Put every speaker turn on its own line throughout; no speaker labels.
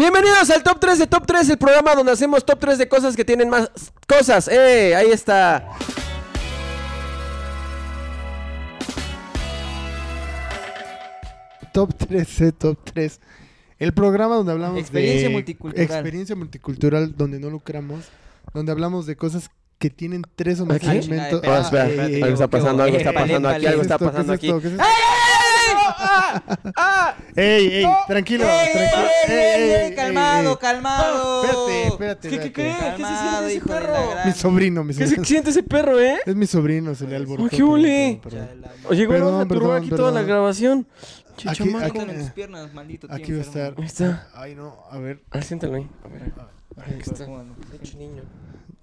Bienvenidos al Top 3 de Top 3, el programa donde hacemos Top 3 de cosas que tienen más cosas. ¡Eh! Ahí está.
Top 3, Top 3. El programa donde hablamos
Experiencia
de
multicultural.
experiencia multicultural, donde no lucramos, donde hablamos de cosas que tienen tres o más
Aquí.
elementos.
Ah, espera,
Eh,
algo está pasando, algo está pasando aquí,
¿qué
algo
es
está
esto? ¿Qué es
pasando aquí.
esto? ¿Qué es esto?
Ah,
¡Ey, ey! Tranquilo, tranquilo. Ey, ey, ey,
calmado,
ey.
calmado.
eh, Ah, Espérate, espérate,
¿Qué, qué, qué?
espérate.
¿Qué se
Calmado,
siente ese
hijo de la
perro?
gran-
Mi sobrino, mi
¿Qué se
sobrino.
siente ese perro, eh?
Es mi sobrino, se le alborotó.
Uy, qué ole.
perdón, perdón.
Oye, güey,
Perdón,
vamos a turbar
perdón,
aquí toda la
perdón.
grabación. Che,
Aquí-
chamaco.
aquí-
Quítame tus piernas, maldito. tío
Aquí va a
enfermo.
estar.
Ahí está.
Ay, no, a ver.
Ah, siéntalo ahí. A ver, ahí
Hijo de
está.
cómo no.
Pinche niño.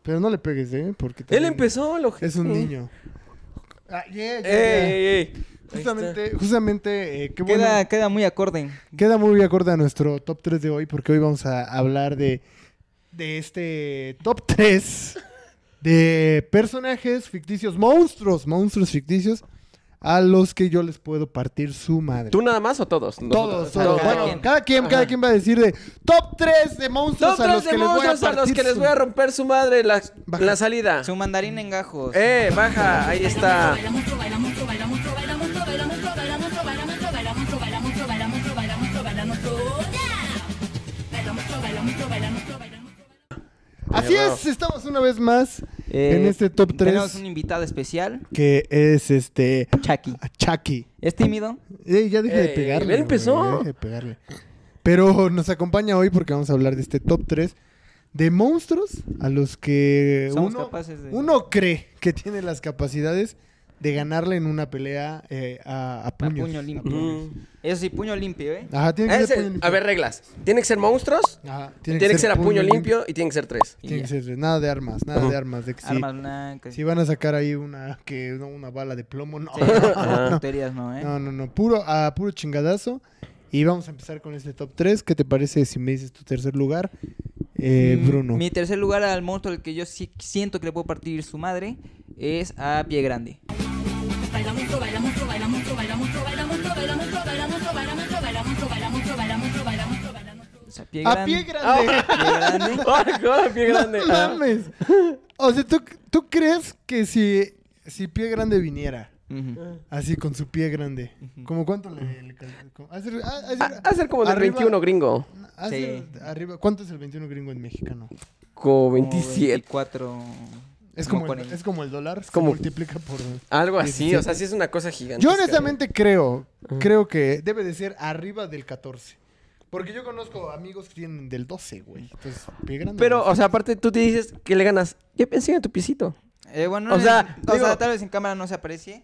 Pero no le pegues, ¿eh? Porque
Él
también
empezó, el ojete.
Es un niño. Ah, yeah, yeah,
¡Ey,
yeah.
ey, ey! Ahí
Justamente, justamente, eh, qué bueno.
Queda, queda muy acorde.
Queda muy acorde a nuestro top 3 de hoy porque hoy vamos a hablar de, de este top 3 de personajes ficticios, monstruos, monstruos ficticios a los que yo les puedo partir su madre.
está. ¿Tú nada más o todos?
todos,
Nosotros.
todos.
todos.
Bueno,
Cada quien.
cada quien, cada quien va a decir de top 3 de monstruos
Top
a los
tres
que
de
les voy a
monstruos a los
partir
que les
su-
voy a romper su madre en la,
Baja.
la salida.
Su mandarín en gajos.
¡Eh, baja! Ahí está.
Así
Bravo.
es, estamos una vez más
Eh,
en este top 3
Tenemos un invitado especial,
que es este
Chucky.
Chucky.
¿Es tímido?
Ey, ya dije de
Ey,
pegarle.
Eh, él empezó.
güey, ya dejé de pegarle. Pero nos acompaña hoy porque vamos a hablar de este top 3 de monstruos a los que
Somos
uno,
capaces de-
uno cree que tiene las capacidades de ganarle en una pelea eh, a, a puños.
puño limpio.
Mm.
Eso sí, puño limpio, ¿eh?
Ajá, tiene que
Ah, Ese-
ser puño limpio.
a ver, reglas. Tiene que ser monstruos,
Ajá,
tiene, que, ser a puño limpio y tiene que ser tres.
Y
Tiene que
ya.
ser nada de armas, nada
Ajá.
de armas. De que si,
Armas blancas.
si van a sacar ahí una que no, una bala de plomo, no.
Sí, no, tonterías no, ¿eh?
No, no, no. Puro, a puro chingadazo. Y vamos a empezar con este top 3. ¿Qué te parece si me dices tu tercer lugar, eh,
Mm,
Bruno?
Mi tercer lugar al monstruo al que yo sí siento que le puedo partir su madre es a Pie Grande. O sea, Pie Grande.
A pie grande.
Pie Grande.
¡Ay, joder, pie Ah, grande!
Ah, No
Ah.
mames. O sea, ¿tú, tú crees que si, si pie grande viniera,
Ujú.
así con su pie grande, ¿como cuánto le, le cal- como- hacer- ha- hacer-
Ah, Ha de ser como del
arriba-
21 gringo.
hacer
Sí.
arriba- ¿Cuánto es el 21 gringo en mexicano?
Como
Como
27.
24.
Es como, el,
40.
es como el dólar, se
como-
multiplica por dos.
Algo así,
17.
o sea, sí es una cosa gigante.
Yo honestamente creo, creo que debe de ser arriba del 14. Porque yo conozco amigos que tienen del 12, güey. Entonces, pie grande.
Pero,
güey.
o sea, aparte tú te dices que le ganas. Ya pensé en tu piecito.
Eh, bueno,
O
en-
sea,
o sea,
digo-
tal vez en cámara no se aparece.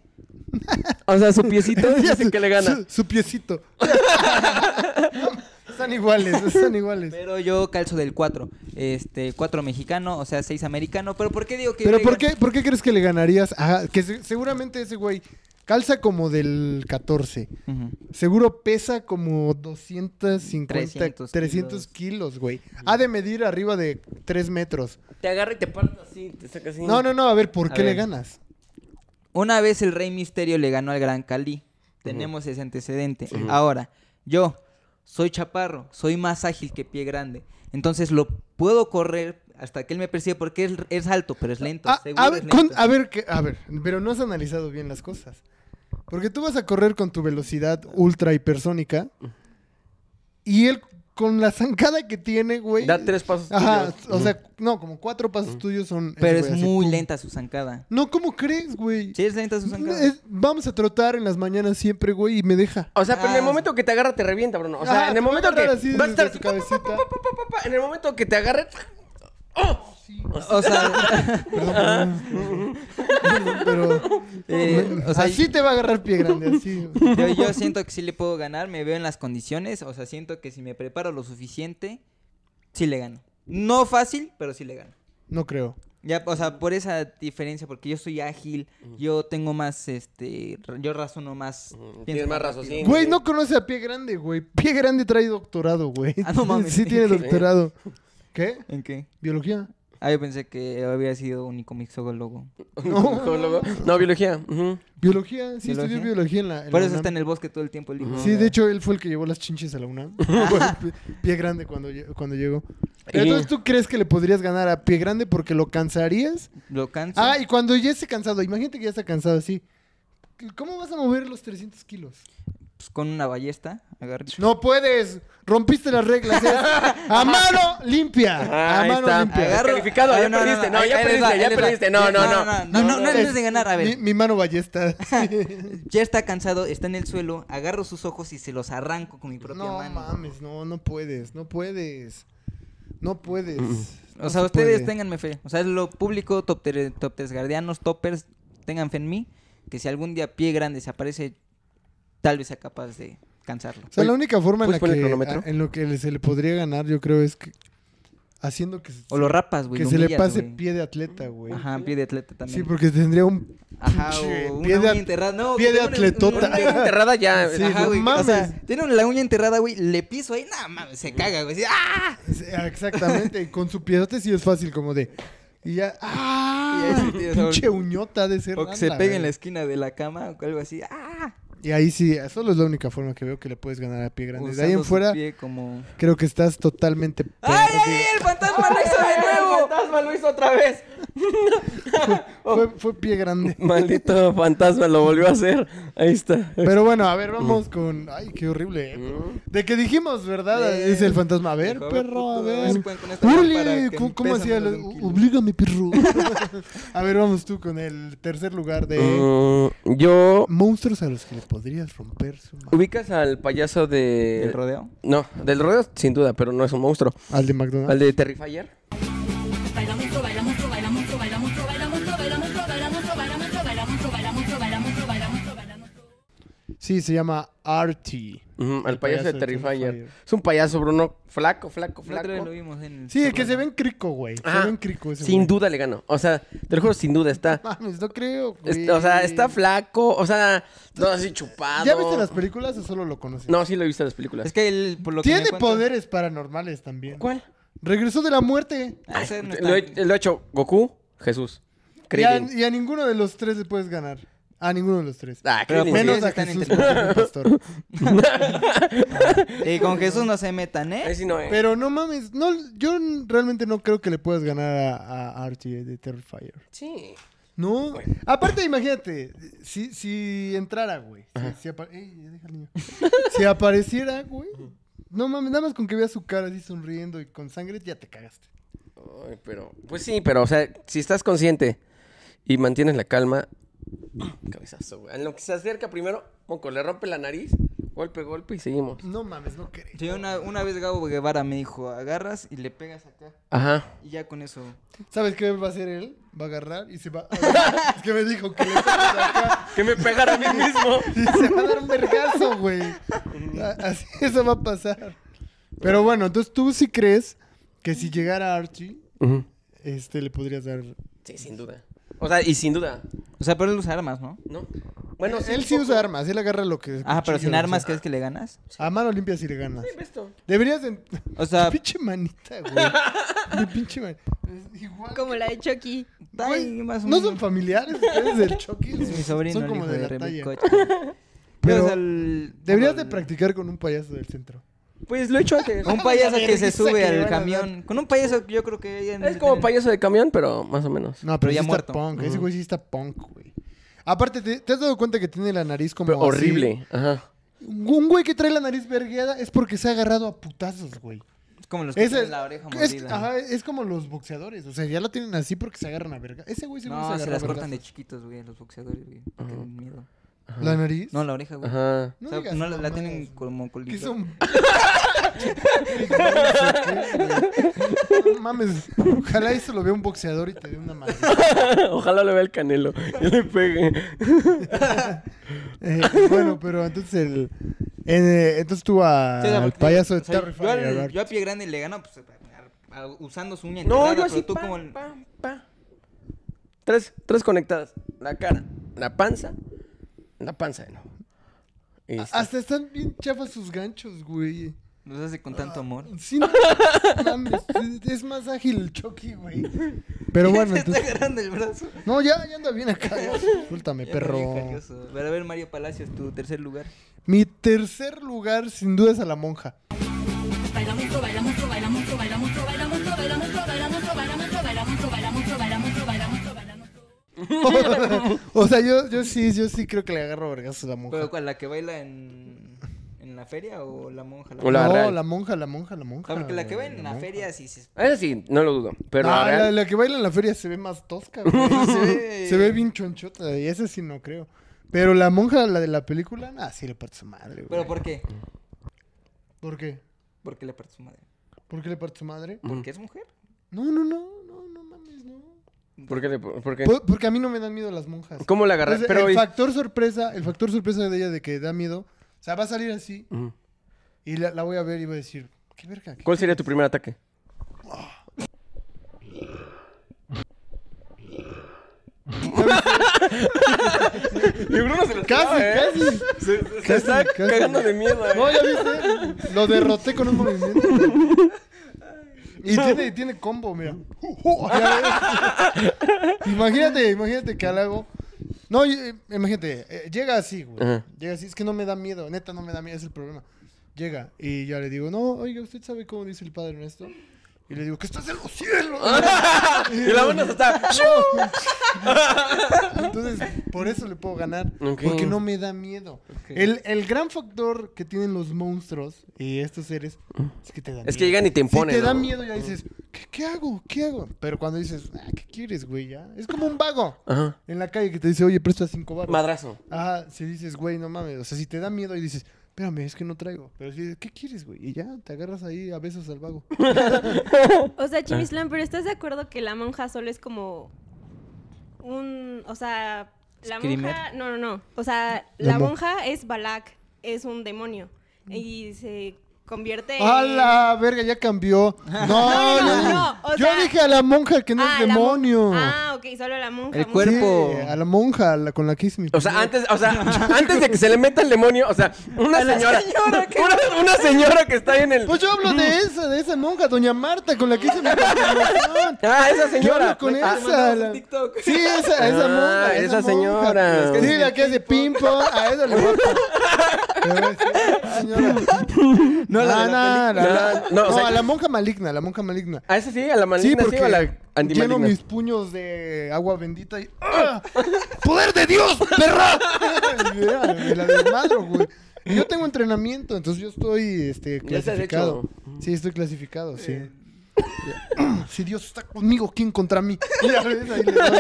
O sea, su piecito dice
Su-
que le gana.
Su, su piecito. están iguales, están iguales.
Pero yo calzo del 4. Este, 4 mexicano, o sea, 6 americano. Pero ¿por qué digo que.?
Pero
le
¿por
gan-
qué, ¿por qué crees que le ganarías? Ajá, que se- seguramente ese güey calza como del 14.
Ujú.
Seguro pesa como 250, 300,
300
kilos, güey. Ha de medir arriba de 3 metros.
Te agarra y te parta así, te saca así.
No, no, no, a ver, ¿por
A
qué le
ver.
ganas?
Una vez el Rey Misterio le ganó al Gran Cali. Tenemos ese antecedente. Ahora, yo soy chaparro, soy más ágil que pie grande. Entonces lo puedo correr hasta que él me persigue porque es, es alto, pero es lento.
Ah,
seguro
A,
es
ver,
lento.
con- a ver, que- a ver, pero no has analizado bien las cosas. Porque tú vas a correr con tu velocidad ultra hipersónica y él con la zancada que tiene, güey.
Da tres pasos.
Ajá,
tuyos.
o sea, no, como cuatro pasos tuyos son. ese
pero es
güey así,
muy
pum.
lenta su zancada.
No, ¿cómo crees, güey?
Sí, es lenta su zancada.
Es- vamos a trotar en las mañanas siempre, güey, y me deja.
O sea, pero en el
Ah.
momento que te agarra te revienta, Bruno. O sea,
Ajá,
en
te
el
va a
momento que
agarrar así
va a estar
desde tu
así, pa, pa,
cabecita.
pa, pa, pa, pa, pa, en el momento que te agarre ¡Oh!
O sea,
Perdón, perdón. Perdón, pero.
eh, o sea,
así te va a agarrar pie grande, así.
yo, yo siento que sí le puedo ganar, me veo en las condiciones. O sea, siento que si me preparo lo suficiente, sí le gano. No fácil, pero sí le gano.
No creo.
Ya, o sea, por esa diferencia, porque yo soy ágil, yo tengo más, este, ra- yo razono más. pienso
Tienes más
rápido.
raciocinio.
Güey, no conoce a Pie Grande, güey. Pie Grande trae doctorado, güey.
Ah, no mames.
Sí tiene
¿Qué?
doctorado. ¿Qué?
¿En qué?
¿Biología?
Ah, yo pensé que había sido unicomitólogo.
Oncólogo. No, biología. ujú.
Biología, sí
¿Biología?
estudió biología en la. en
Por
la
eso está
UNAM.
en el bosque todo el tiempo el libro.
Sí, de hecho, él fue el que llevó las chinches a la UNAM. Fue el pie- pie grande cuando, lle- cuando llegó. Pero
Y-
Entonces, ¿tú crees que le podrías ganar a pie grande porque lo cansarías?
Lo cansa.
Ah, y cuando ya esté cansado, imagínate que ya está cansado así. ¿Cómo vas a mover los 300 kilos?
pues, con una ballesta. agarra-
No puedes, rompiste las reglas. es a mano limpia. A
Ahí
mano
está.
limpia.
Agarra- Descalificado,
Ah,
ya perdiste, no,
ahí-
ya
ahí les va,
perdiste, ya
ahí les va.
perdiste, no, no, no.
No, no, no, no
Es-
debes de ganar. A
Mi,
ver,
mi mano ballesta.
ya está cansado, está en el suelo, agarro sus ojos y se los arranco con mi
Pues
propia
no
mano.
mames, no, no puedes, no puedes. No puedes.
O sea,
se
ustedes
puede.
ténganme fe. O sea, es lo público, top, tres- top tres guardianos, toppers, tengan fe en mí. Que si algún día pie grande se aparece, tal vez sea capaz de cansarlo.
O sea, la única forma en la
¿puedes poner el
que
cronómetro?
a- en lo que se le podría ganar, yo creo, es que haciendo que, se-
O lo rapas, güey.
que
lo
se le
humillas,
pase
güey.
pie de atleta, güey.
Ajá, pie de atleta también.
Sí, porque tendría un
Ajá,
pinche
o
pie
una
de
uña
at-
enterrada. No,
pie de
tiene una-
atletota.
una uña enterrada.
Enterrada ya.
Sí,
ajá.
Ajá,
no
güey. O sea,
mames.
tiene la uña enterrada, güey. Le piso ahí, nada mames, se caga, güey. así, ¡ah!
Sí, Exactamente, con su piedote sí es fácil, como de. Y ya. ¡Ah!
Y ahí sí tienes
pinche
algo.
uñota de ser.
O que se
randa,
pegue
güey.
en la esquina de la cama o algo así. ¡ah!
Y ahí sí, solo es la única forma que veo que le puedes ganar a pie grande. de ahí en
Usando su
fuera,
pie como...
creo que estás totalmente.
¡Ay,
perdido.
ay, ay! ¡El fantasma
Ah,
lo hizo de nuevo! ¡El fantasma lo hizo otra vez! oh.
Fue, fue pie grande.
Maldito fantasma, lo volvió a hacer. Ahí está.
Pero bueno, a ver, vamos con. Ay, qué horrible. eh. De que dijimos, ¿verdad?
Eh,
es el fantasma. A ver,
dijo, a ver,
perro, a
puto, a ver
ver.
si pueden con esta lámpara
Órale,
que
¿cómo,
me
cómo
pesa
hacía?
menos de
Lo-
un kilo?
Oblígame, perro. a ver, vamos tú con el tercer lugar de.
Mm, yo.
Monstruos a los que le podrías romper su madre.
¿Ubicas al payaso de.
¿El rodeo?
No, del rodeo sin duda, pero no es un monstruo.
Al de McDonald's.
Al de Terrifier.
Baila mucho, baila mucho, baila mucho, baila mucho, baila mucho, baila mucho, baila mucho, baila mucho, baila mucho, baila mucho, baila mucho, baila mucho, baila mucho.
Sí, se llama Artie.
Ujú, al
El
payaso, de Terrifier. Es un payaso, Bruno. Flaco, flaco,
La
flaco.
otra vez lo vimos en el...
Sí, el que se ven crico, güey.
Ah,
se ven crico ese
Sin
Pues güey.
duda le ganó. O sea, te lo juro, sin duda está.
Mames, no creo,
es-
güey.
o sea, está flaco. O sea, todo así chupado.
¿Ya viste las películas o solo lo conoces?
No, sí lo he visto en las películas.
Es que él, por lo que
Tiene
me cuentan-
poderes paranormales también.
¿Cuál?
Regresó de la muerte.
Ah, ese no
Lo,
está-
he, lo ha hecho Goku, Jesús.
Y a,
Krillin.
y a ninguno de los tres le puedes ganar. A ninguno de los tres.
Ah,
Pero
Krillin,
Menos
sí.
ellos
a
están
Jesús,
entre-
porque es un pastor.
Y con Jesús no se metan,
Ahí
¿eh?
sí no, eh.
Pero no mames, no, yo realmente no creo que le puedas ganar a, a Archie de Terrifier.
Sí.
No.
Bueno.
Aparte, imagínate, si, si entrara, güey. Si, si apa- Ey, ya deja al niño. si apareciera, güey. No mames, nada más con que veas su cara así sonriendo y con sangre, ya te cagaste.
Ay, pero, pues sí, pero, o sea, si estás consciente y mantienes la calma, cabezazo, güey. En lo que se acerca primero, Monco, le rompe la nariz, golpe, golpe y seguimos.
No mames, no creo.
Sí, una, una vez Gabo Guevara me dijo, agarras y le pegas acá.
Ajá.
Y ya con eso.
¿Sabes qué va a hacer él? Va a agarrar y se va. a- es que me dijo que le pegas acá
Que me pegara a mí mismo.
y se va a dar un vergazo, güey. A- Así eso va a pasar. Pero bueno, entonces tú sí crees que si llegara Archie, este le podrías dar.
Sí, sin duda. O sea, y sin duda,
O sea, pero él usa armas, ¿no?
¿no? Bueno,
él sí usa armas, él agarra lo que.
Ah, pero
cuchillo, lo
sin
que
armas,
sea.
¿crees que le ganas?
A mano limpia si le ganas.
Esto.
Deberías de...
O sea,
pinche manita, güey. Mi pinche manita. Igual.
Como la de Chucky.
está
güey,
ahí más o
No
menos.
son familiares ustedes del Chucky.
Es mi sobrino,
Son
el
como
hijo
de
de,
la
Remy
talla.
Koch.
Pero
Pero, o sea, el-
Deberías
como
de
el-
practicar con un payaso del centro.
Pues lo he hecho antes.
Un payaso que
vergüenza
se sube
que le
al
van a dar.
camión. Con un payaso que yo creo que... ya-
Es como payaso de camión, pero más o menos.
No,
Pero
pero, sí
ya
está
muerto.
punk. Ese güey sí está punk, güey. Aparte, ¿te, te has dado cuenta que tiene la nariz como
Pero
así?
horrible. Ajá.
Un güey que trae la nariz vergueada es porque se ha agarrado a putazos, güey.
Es como los que
Ese-
tienen la oreja
es,
mordida.
ajá, es como los boxeadores. O sea, ya la tienen así porque se agarran a verga. Ese güey seguro
No,
se
se
agarra
las
a
cortan de
vergazos.
chiquitos, güey, los boxeadores, güey. Qué miedo.
¿La nariz?
No, la oreja, güey.
Ajá.
O sea,
digas
no la, la
mamadas,
tienen
güey.
como
¿Qué
colita.
son? No Mames, ojalá eso lo vea un boxeador y te dé una madre.
Ojalá lo vea el canelo. Y le pegue.
Eh, bueno, pero entonces el. eh, entonces tú a,
Sí, o sea,
al
porque-
payaso de
o sea, yo, al-
Terrifier, a ver.
yo a pie grande le gano pues, a- a- usando su uña
No,
enterrada,
yo
pero
así,
tú
pa,
como el-
pa, pa. Tres, tres conectadas. La cara, la panza, la panza de no. Y
Hasta están bien chafas sus ganchos, güey.
Los hace con tanto amor.
Sí, no, mames, es más ágil el Chucky, güey. Pero bueno,
Te está
entonces-
agarrando el brazo.
No, ya, ya anda bien acá. ya. Suéltame,
Ya está bien
perro.
calloso. Pero a ver, Mario Palacios, tu tercer lugar.
Mi tercer lugar, sin duda, es a la monja. o sea, yo, yo sí, yo sí creo que le agarro vergas a la monja.
¿Pero cuál? ¿La que baila en, en la feria o la monja? La
O la
no,
real.
la monja, la monja, la monja.
Ah, porque la que
güey,
baila en la
monja.
feria sí se...
Esa sí, no lo dudo. Pero
No,
la
Ah, la,
real,
la que baila en la feria se ve más tosca, güey.
Se ve-
se ve bien chonchota, y esa sí no creo. Pero la monja, la de la película, ah, sí le parte su madre, güey.
¿Pero por qué?
¿Por qué?
Porque le parte su madre.
¿Por qué le parte su madre?
mm.
¿Porque es mujer?
No, no, no, no, no mames, no.
¿Por qué? le- por qué?
Por- porque a mí no me dan miedo las monjas.
¿Cómo la agarras?
Entonces,
Pero,
Pues, el
y-
factor sorpresa, el factor sorpresa de ella de que da miedo, o sea, va a salir así
Ujú.
y la, la voy a ver y voy a decir, qué verga. qué-
¿Cuál sería tu primer ataque? Yo creo que se lo
Casi,
esperaba, ¿eh?
casi.
Se, se
Casi,
está
casi.
cagando de miedo, ¿eh?
No, ya viste, lo derroté con un movimiento. Y tiene, tiene combo, mira. Uh, uh, ya ves. imagínate, imagínate que al hago. No, y- eh, imagínate, eh, llega así, güey.
Ajá.
Llega así, es que no me da miedo, neta no me da miedo, es el problema. Llega y ya le digo, no, oiga, ¿usted sabe cómo dice el Padre Nuestro? Y le digo, que estás en los cielos.
y la mano se está...
Entonces, por eso le puedo ganar.
Ok.
Porque no me da miedo. El, el gran factor que tienen los monstruos y estos seres es que te dan
Es que llegan y te imponen,
Si te
¿no?
da miedo, ya dices, ¿qué, qué hago? ¿Qué hago? Pero cuando dices, ah, ¿qué quieres, güey? Ya. Es como un vago
Ajá.
en la calle que te dice, oye, presta cinco barras.
Madrazo.
Ajá, si dices, güey, no mames. O sea, si te da miedo y dices, espérame, es que no traigo. Pero si dices, ¿qué quieres, güey? Y ya, te agarras ahí a besos al vago.
O sea, Chimislán, pero ¿estás de acuerdo que la monja solo es como un, o sea, la
Screamer.
monja, no, no, no, o sea,
La
la,
mo-
monja es Balak, es un demonio y se convierte en-
¡A la verga! Ya cambió. No,
No, no,
yo-
no, o
yo
sea-
dije a la monja que no
Ah,
es
la mon-
demonio.
Ah, ok, solo la monja.
El
monja.
cuerpo.
Sí, a la monja la- con la que hice mi
O sea, antes, o sea, antes de que se le meta el demonio, o sea, una señora, una, una señora que está ahí en el...
Pues yo hablo de esa, de esa monja, doña Marta, con la que hice mi confirmación.
Ah, esa
Yo hablo
señora.
con
Ah,
esa. la-
TikTok.
Sí, esa, esa
Ah,
monja.
esa
monja.
señora.
Sí, la que hace ping pong, a esa le voy a- Le voy a decir, "Ah, señora. Ah,
la de la
No, no, no,
película.
no,
No, o sea-
a la monja maligna, a la monja maligna.
A esa sí, a la maligna sí,
sí, porque
o a la
lleno
antimaligna.
mis puños de agua bendita y ¡Ah! ¡Poder de Dios, perra! Y era, me la desmadro, güey. Y Yo tengo entrenamiento, entonces yo estoy este,
Ya estás
clasificado. Sí, estoy clasificado, sí. Si Dios está conmigo, ¿quién contra mí? Y a veces ahí le doy.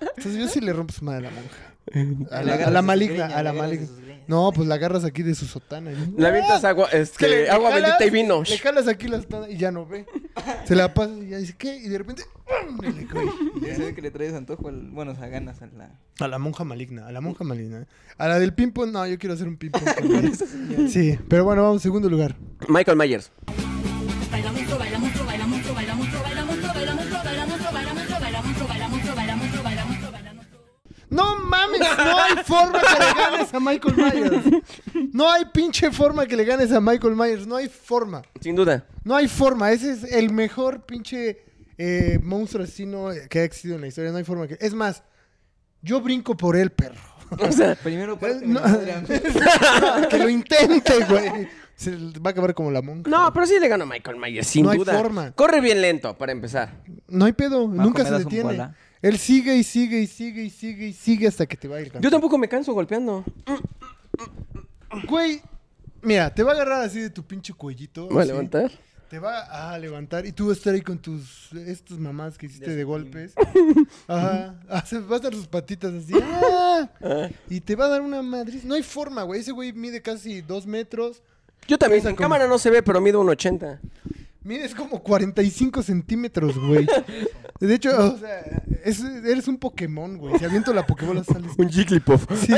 Entonces yo sí le rompo su madre a la monja. A
Eh, Le
la, a
agarras
la
de sus
maligna,
greñas,
a
le
la
agarras de
maligna.
sus greñas.
No, pues la agarras aquí de su sotana. y-
Le avientas agua,
es que le-
este,
le
agua
jalas-
bendita y vino.
Le jalas aquí las tanas y ya no ve. Se la pasa y ya dice, ¿qué? Y de repente, ¡pum! y le cae.
Ya sé que le traes antojo al... Bueno, o sea, ganas a la...
A la monja maligna, a la monja maligna. A la del ping-pong, no, yo quiero hacer un ping-pong. con ella. sí, pero bueno, vamos, segundo lugar.
Michael Myers.
No mames, no hay forma que le ganes a Michael Myers. No hay pinche forma que le ganes a Michael Myers, no hay forma.
Sin duda.
No hay forma, ese es el mejor pinche eh, monstruo asesino que ha existido en la historia, no hay forma que... Es más, yo brinco por él, perro.
O sea,
Primero
Eh,
parte...
no. que lo intente, güey. Se va a acabar como la monja.
no, pero sí le ganó Michael Myers, sin
No hay
duda.
forma.
Corre bien lento, para empezar.
No hay pedo, nunca
¿me
se
das un
detiene.
koala?
Él sigue y sigue y sigue y sigue y sigue hasta que te va a ir.
Yo tampoco me canso golpeando.
Güey, mira, te va a agarrar así de tu pinche cuellito.
Voy a
así.
levantar.
Te va a ah, levantar y tú vas a estar ahí con tus estas mamás que hiciste de golpes. Ajá. Ah, se va a dar sus patitas así. ¡ah! Y te va a dar una madriz. No hay forma, güey. Ese güey mide casi dos metros.
Yo también,
Esa
en
como-
cámara no se ve, pero mido 1.80.
Mides como 45 centímetros, güey. De hecho, o sea, es- eres un Pokémon, güey. Si aviento la Pokébola sales.
Un Jigglypuff.
Sí.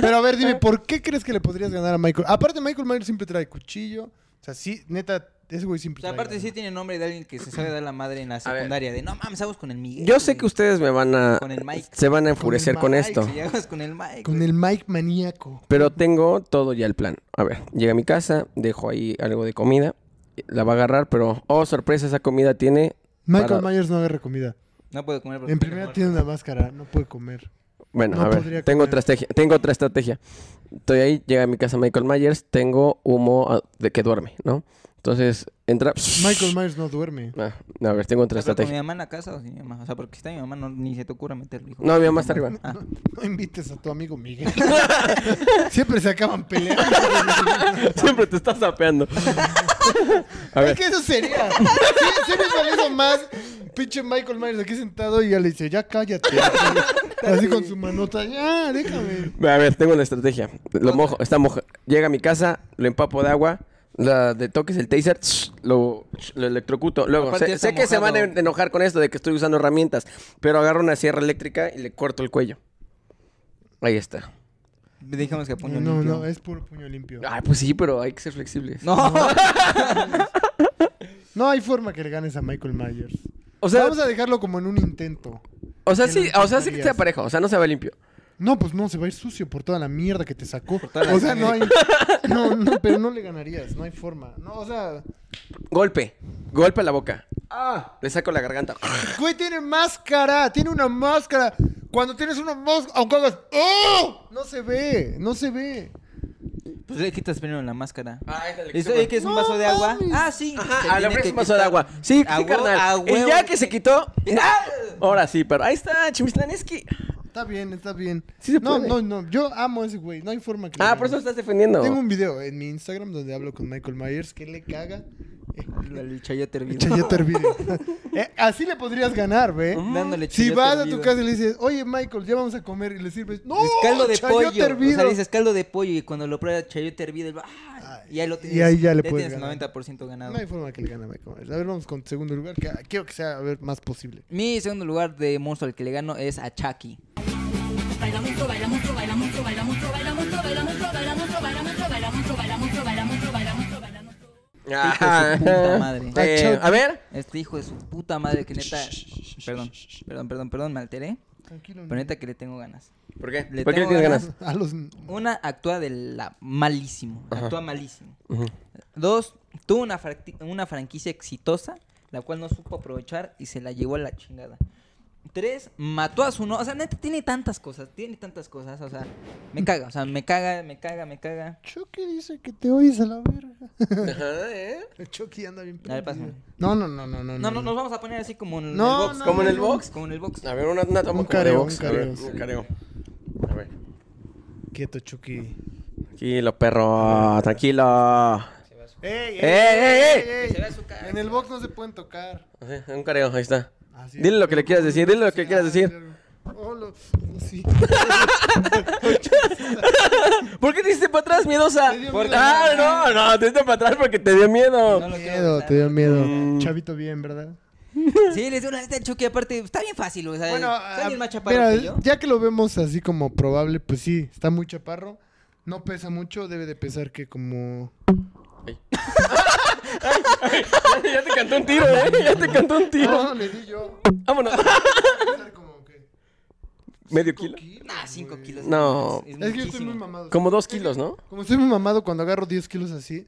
Pero a ver, dime, ¿por qué crees que le podrías ganar a Michael? Aparte, Michael Myers siempre trae cuchillo. O sea, sí, neta, ese güey siempre.
O sea,
trae
aparte sí
lana.
tiene nombre de alguien que se sabe dar la madre en la
ver.
secundaria. De no mames, aguas con el Miguel.
Yo sé
güey".
que ustedes me van a.
Con el Mike.
Se van a enfurecer con,
Mike,
esto.
Sí, aguas con el Mike.
Con
güey.
el Mike maníaco.
Pero tengo todo ya el plan. A ver, llega a mi casa, dejo ahí algo de comida. La va a agarrar, pero. Oh, sorpresa, esa comida tiene.
Michael
para-
Myers no agarra comida.
No puedo comer porque
En
estoy
primera
muerto.
tiene una máscara, no puede comer.
Bueno,
No
a ver,
podría
tengo
comer.
otra, estrategia, tengo otra estrategia. Estoy ahí, llega a mi casa Michael Myers, tengo humo ah, de que duerme, ¿no? Entonces, entra...
Michael Myers no duerme.
Ah, no, a ver, tengo otra
¿Estás con mi
estrategia.
mamá en la casa o sin mi mamá? O sea, porque si está mi mamá, no, ni se te ocurra meterlo, hijo.
No, mi mamá está arriba.
Ah,
No invites a tu amigo Miguel. Siempre se acaban peleando.
Siempre te estás sapeando. A
Es
ver,
que eso sería. Sí, sí visualizo más pinche Michael Myers aquí sentado y ya le dice, ya cállate. Así con su manota, ya, déjame.
a ver, tengo una estrategia. Lo mojo, está mojo. Llega a mi casa, lo empapo de agua, la de toques el taser, lo, lo electrocuto. Luego,
Aparte ya
sé,
está
sé que se van a
mojado.
enojar con esto de que estoy usando herramientas, pero agarro una sierra eléctrica y le corto el cuello. Ahí está.
Dijimos que puño
Eh, No,
limpio.
no, es puro puño limpio.
Ay, pues sí, pero hay que ser flexibles.
No,
No hay forma que le ganes a Michael Myers.
O sea,
Vamos a dejarlo como en un intento.
o sea,
que
sí,
los
o sea, sí que
tocarías.
sea parejo, o sea, no se va limpio.
No, pues no, se va a ir sucio por toda la mierda que te sacó.
toda la
O sea, no hay. No, no, pero no le ganarías, no hay forma. No, o sea.
Golpe, golpe a la boca. Ah, le saco la garganta.
Güey, tiene máscara, tiene una máscara. Cuando tienes una máscara, aunque hagas. ¡Oh! No se ve, no se ve.
pues le quitas primero la máscara.
Ah, esta es la que se
Dice, oye,
pone.
que es un
No
vaso de agua.
mames.
Ah, sí. Se
Ajá, a
tiene
la vez
que
un vaso de
quitar.
agua. Sí,
A
sí,
huevo- a
carnal. El
huevo.
ya que se quitó. ¡Ah! Ahora sí, pero ahí está, Chimislán, es que...
Está bien, está bien.
Sí se
no,
puede.
no, no, yo amo a ese güey, no hay forma que. le
Ah,
pues
por eso
ganes.
estás defendiendo.
Tengo un video en mi Instagram donde hablo con Michael Myers que le caga. Eh,
El chayote hervido.
Chayote hervido. Eh, así le podrías ganar, ve.
Dándole
Si
chayote
vas a tu
hervido.
casa y le dices, oye Michael, ya vamos a comer y le sirves, no,
Es caldo de
¡Oh, chayote
pollo.
hervido.
O sea, dices caldo de pollo y cuando lo prueba chayote hervido, el- ¡ah! y ahí lo
y
tienes.
ahí ya le puedes
tienes el
ganar.
90% ganado.
No hay forma que le gane a Michael Myers. A ver, vamos con segundo lugar, que ah, quiero que sea a ver más posible.
Mi segundo lugar de monstruo al que le gano es a Chucky.
Ajá.
Hijo de su puta madre.
Eh, a ver.
Este hijo de su puta madre que neta. Perdón, perdón, perdón, perdón, me alteré.
Tranquilo.
Pero neta que le tengo ganas.
¿Por qué?
Le
¿Por qué le
tengo
tienes
ganas.
ganas?
A los...
Una, actúa de la malísimo.
Ajá.
Actúa malísimo.
Ujú.
Dos, tuvo una, fracti- una franquicia exitosa, la cual no supo aprovechar y se la llevó a la chingada. Tres, mató a su no. O sea, neta, tiene tantas cosas, tiene tantas cosas. O sea, me caga, o sea, me caga, me caga, me caga.
Chucky dice que te oyes a la verga.
Ajá, ¿eh?
Chucky anda bien
A ver,
perdido.
pásame.
No, no, no, no, no.
No, no, nos vamos a poner así como en
No,
el box.
no,
¿Como en Mm. no, el no. box?
Como en el box.
A ver, una, una toma
Un
como
careo,
de
un
box. a ver,
careo,
un
sí.
careo. A ver.
Quieto, Chucky.
Tranquilo, perro, tranquilo.
¡Ey, ey,
ey, ey!
ey,
se vea su cara.
En el box no se pueden tocar.
Ajá, Un careo, ahí está.
Así es. ah,
Dile lo que le quieras decir, dile lo que quieras decir.
Oh, lo- sí.
¿Por qué te diste para atrás, miedosa?
Me dio
Porque-
miedo.
Ah, no, no, te diste para atrás porque te dio miedo.
No lo quiero
miedo,
usar.
te dio miedo.
Mm.
Chavito bien, ¿verdad?
Sí, les dio una neta de Chucky. Aparte, está bien fácil, o sea.
Bueno,
está
ah,
bien más chaparro
mira,
que yo.
ya que lo vemos así como probable, pues sí, está muy chaparro. No pesa mucho, debe de pesar que como...
ya te cantó un tiro, ¿eh? Ya te cantó un tiro.
No, le di yo.
Vámonos.
Debe pesar como que...
¿Medio kilo?
Nah, 5 Ah, kilos.
No.
Es,
Es que yo estoy muy
muchísimo.
mamado.
Como dos kilos, ¿no?
Como estoy muy mamado cuando agarro 10 kilos así.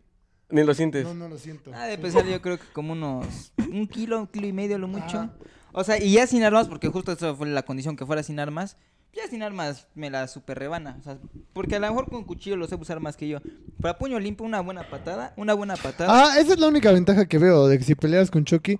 Ni lo sientes.
No, no lo siento.
Ah, de pesar yo creo que como unos un kilo, un kilo y medio lo mucho.
Ajá.
O sea, y ya sin armas, porque justo eso fue la condición que fuera sin armas. Ya sin armas me la super rebana. O sea, porque a lo mejor con cuchillo lo sé usar más que yo. Para puño limpio, una buena patada, una buena patada.
Ah, esa es la única ventaja que veo de que si peleas con Chucky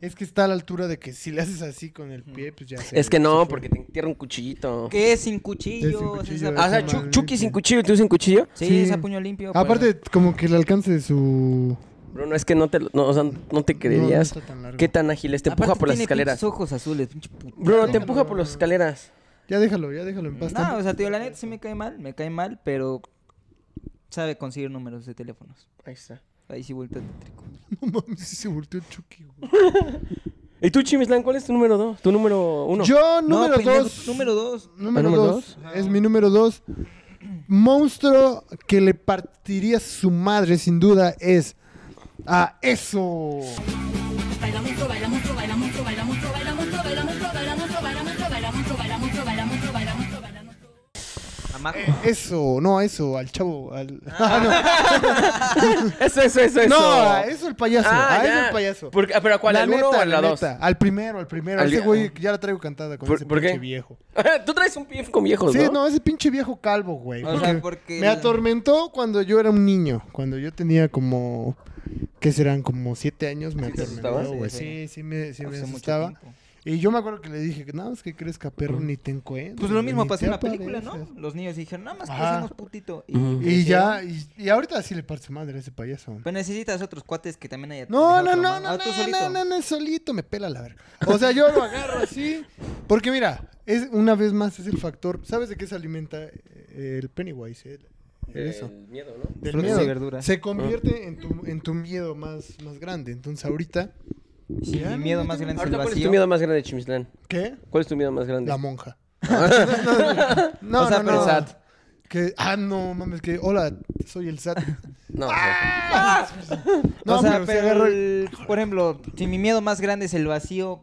es que está a la altura de que si le haces así con el pie, pues ya se-
Es que
se
no,
fue.
porque te entierra un cuchillito.
Que es sin cuchillo.
Es sin
o sea,
cuchillo,
esa-
es
Ah, o sea,
Qué
Chu-
mal,
Chucky
sí.
sin cuchillo y tú sin cuchillo.
sí,
sí.
es a puño limpio.
pues,
pero-
Aparte, como que el alcance de su...
Bruno, es que no te, lo- no, o sea, no te creerías.
está tan largo.
¿Qué tan ágil es? Te empuja
aparte
por las
tiene
escaleras.
pinches ojos azules, pinche puto.
Bruno, te
Déjalo,
empuja por las
Bruno.
escaleras.
Ya déjalo, ya déjalo en paz.
No, o sea, tío, la neta sí me cae mal, me cae mal, pero sabe conseguir números de teléfonos.
Ahí está.
Ahí sí vuelta tétrico.
No mames, sí se volteó Chucky, güey.
¿Y tú, Chimislán, cuál es tu número dos? Tu número uno. pues,
Yo,
No,
número
pendejo,
dos.
Número dos.
Número
¿Número
dos. Es mi número dos. Monstruo que le partiría su madre, sin duda, es ¡A eso!
Baila mucho, baila mucho, baila mucho, baila mucho, baila mucho, baila mucho, baila mucho, baila mucho, baila mucho, baila mucho, baila mucho, baila mucho, baila mucho.
Amajo.
Eso, no, a eso, al chavo. Al...
Eso, eso, eso, Ah, eso.
no, a eso el payaso.
Ah,
a eso
ya.
el payaso.
Porque- ah, ¿Pero a cuál?
La
¿Al uno
neta,
o a la dos?
neta, Al primero, al primero.
Al-
ese güey ya la traigo cantada con
¿Por-
ese
por qué?
pinche viejo.
Tú traes un pif con viejos,
Sí,
¿no?
no, ese pinche viejo calvo, güey.
O sea, porque
Me
el-
atormentó cuando yo era un niño. Cuando yo tenía como. ¿Qué serán? Como siete años me
¿Sí te asustaba?
atormentó, güey.
Sí,
Sí, sí me, sí me
Hace mucho
asustaba.
tiempo.
Y yo me acuerdo que le dije que no, es que crees que perro ni te encuentro.
Pues lo mismo pasó en la
la
película, ¿no? Pues Los niños dijeron, nada más que
Ajá.
hacemos putito. Y,
Ujú.
Y ya, y, y ahorita sí le parte su madre a ese payaso.
Pues necesitas otros cuates que también haya.
No,
dejado
no, no,
traumado.
no,
Ah, tú
no,
solito.
no, no, no, solito me pela la verga. O sea, yo lo agarro así. Porque mira, es una vez más es el factor. ¿Sabes de qué se alimenta eh, el Pennywise? El- el eso.
El miedo, ¿no?
Del
Eh, Frutas y
miedo.
verduras.
Se convierte en tu, en tu miedo más, más grande. Entonces ahorita,
Sí,
Ya, no,
mi miedo
no
más
tengo-
grande es el
Ahorita, ¿cuál es tu
vacío.
miedo más grande, Chimislán?
¿qué?
¿Cuál es tu miedo más grande?
La monja.
O
no,
sea,
no,
pero
no.
sad.
Que, ah, no, mames, que hola, soy el SAT.
No,
No,
o sea,
pero
pero,
se agarra
el- por ejemplo, si mi miedo más grande es el vacío,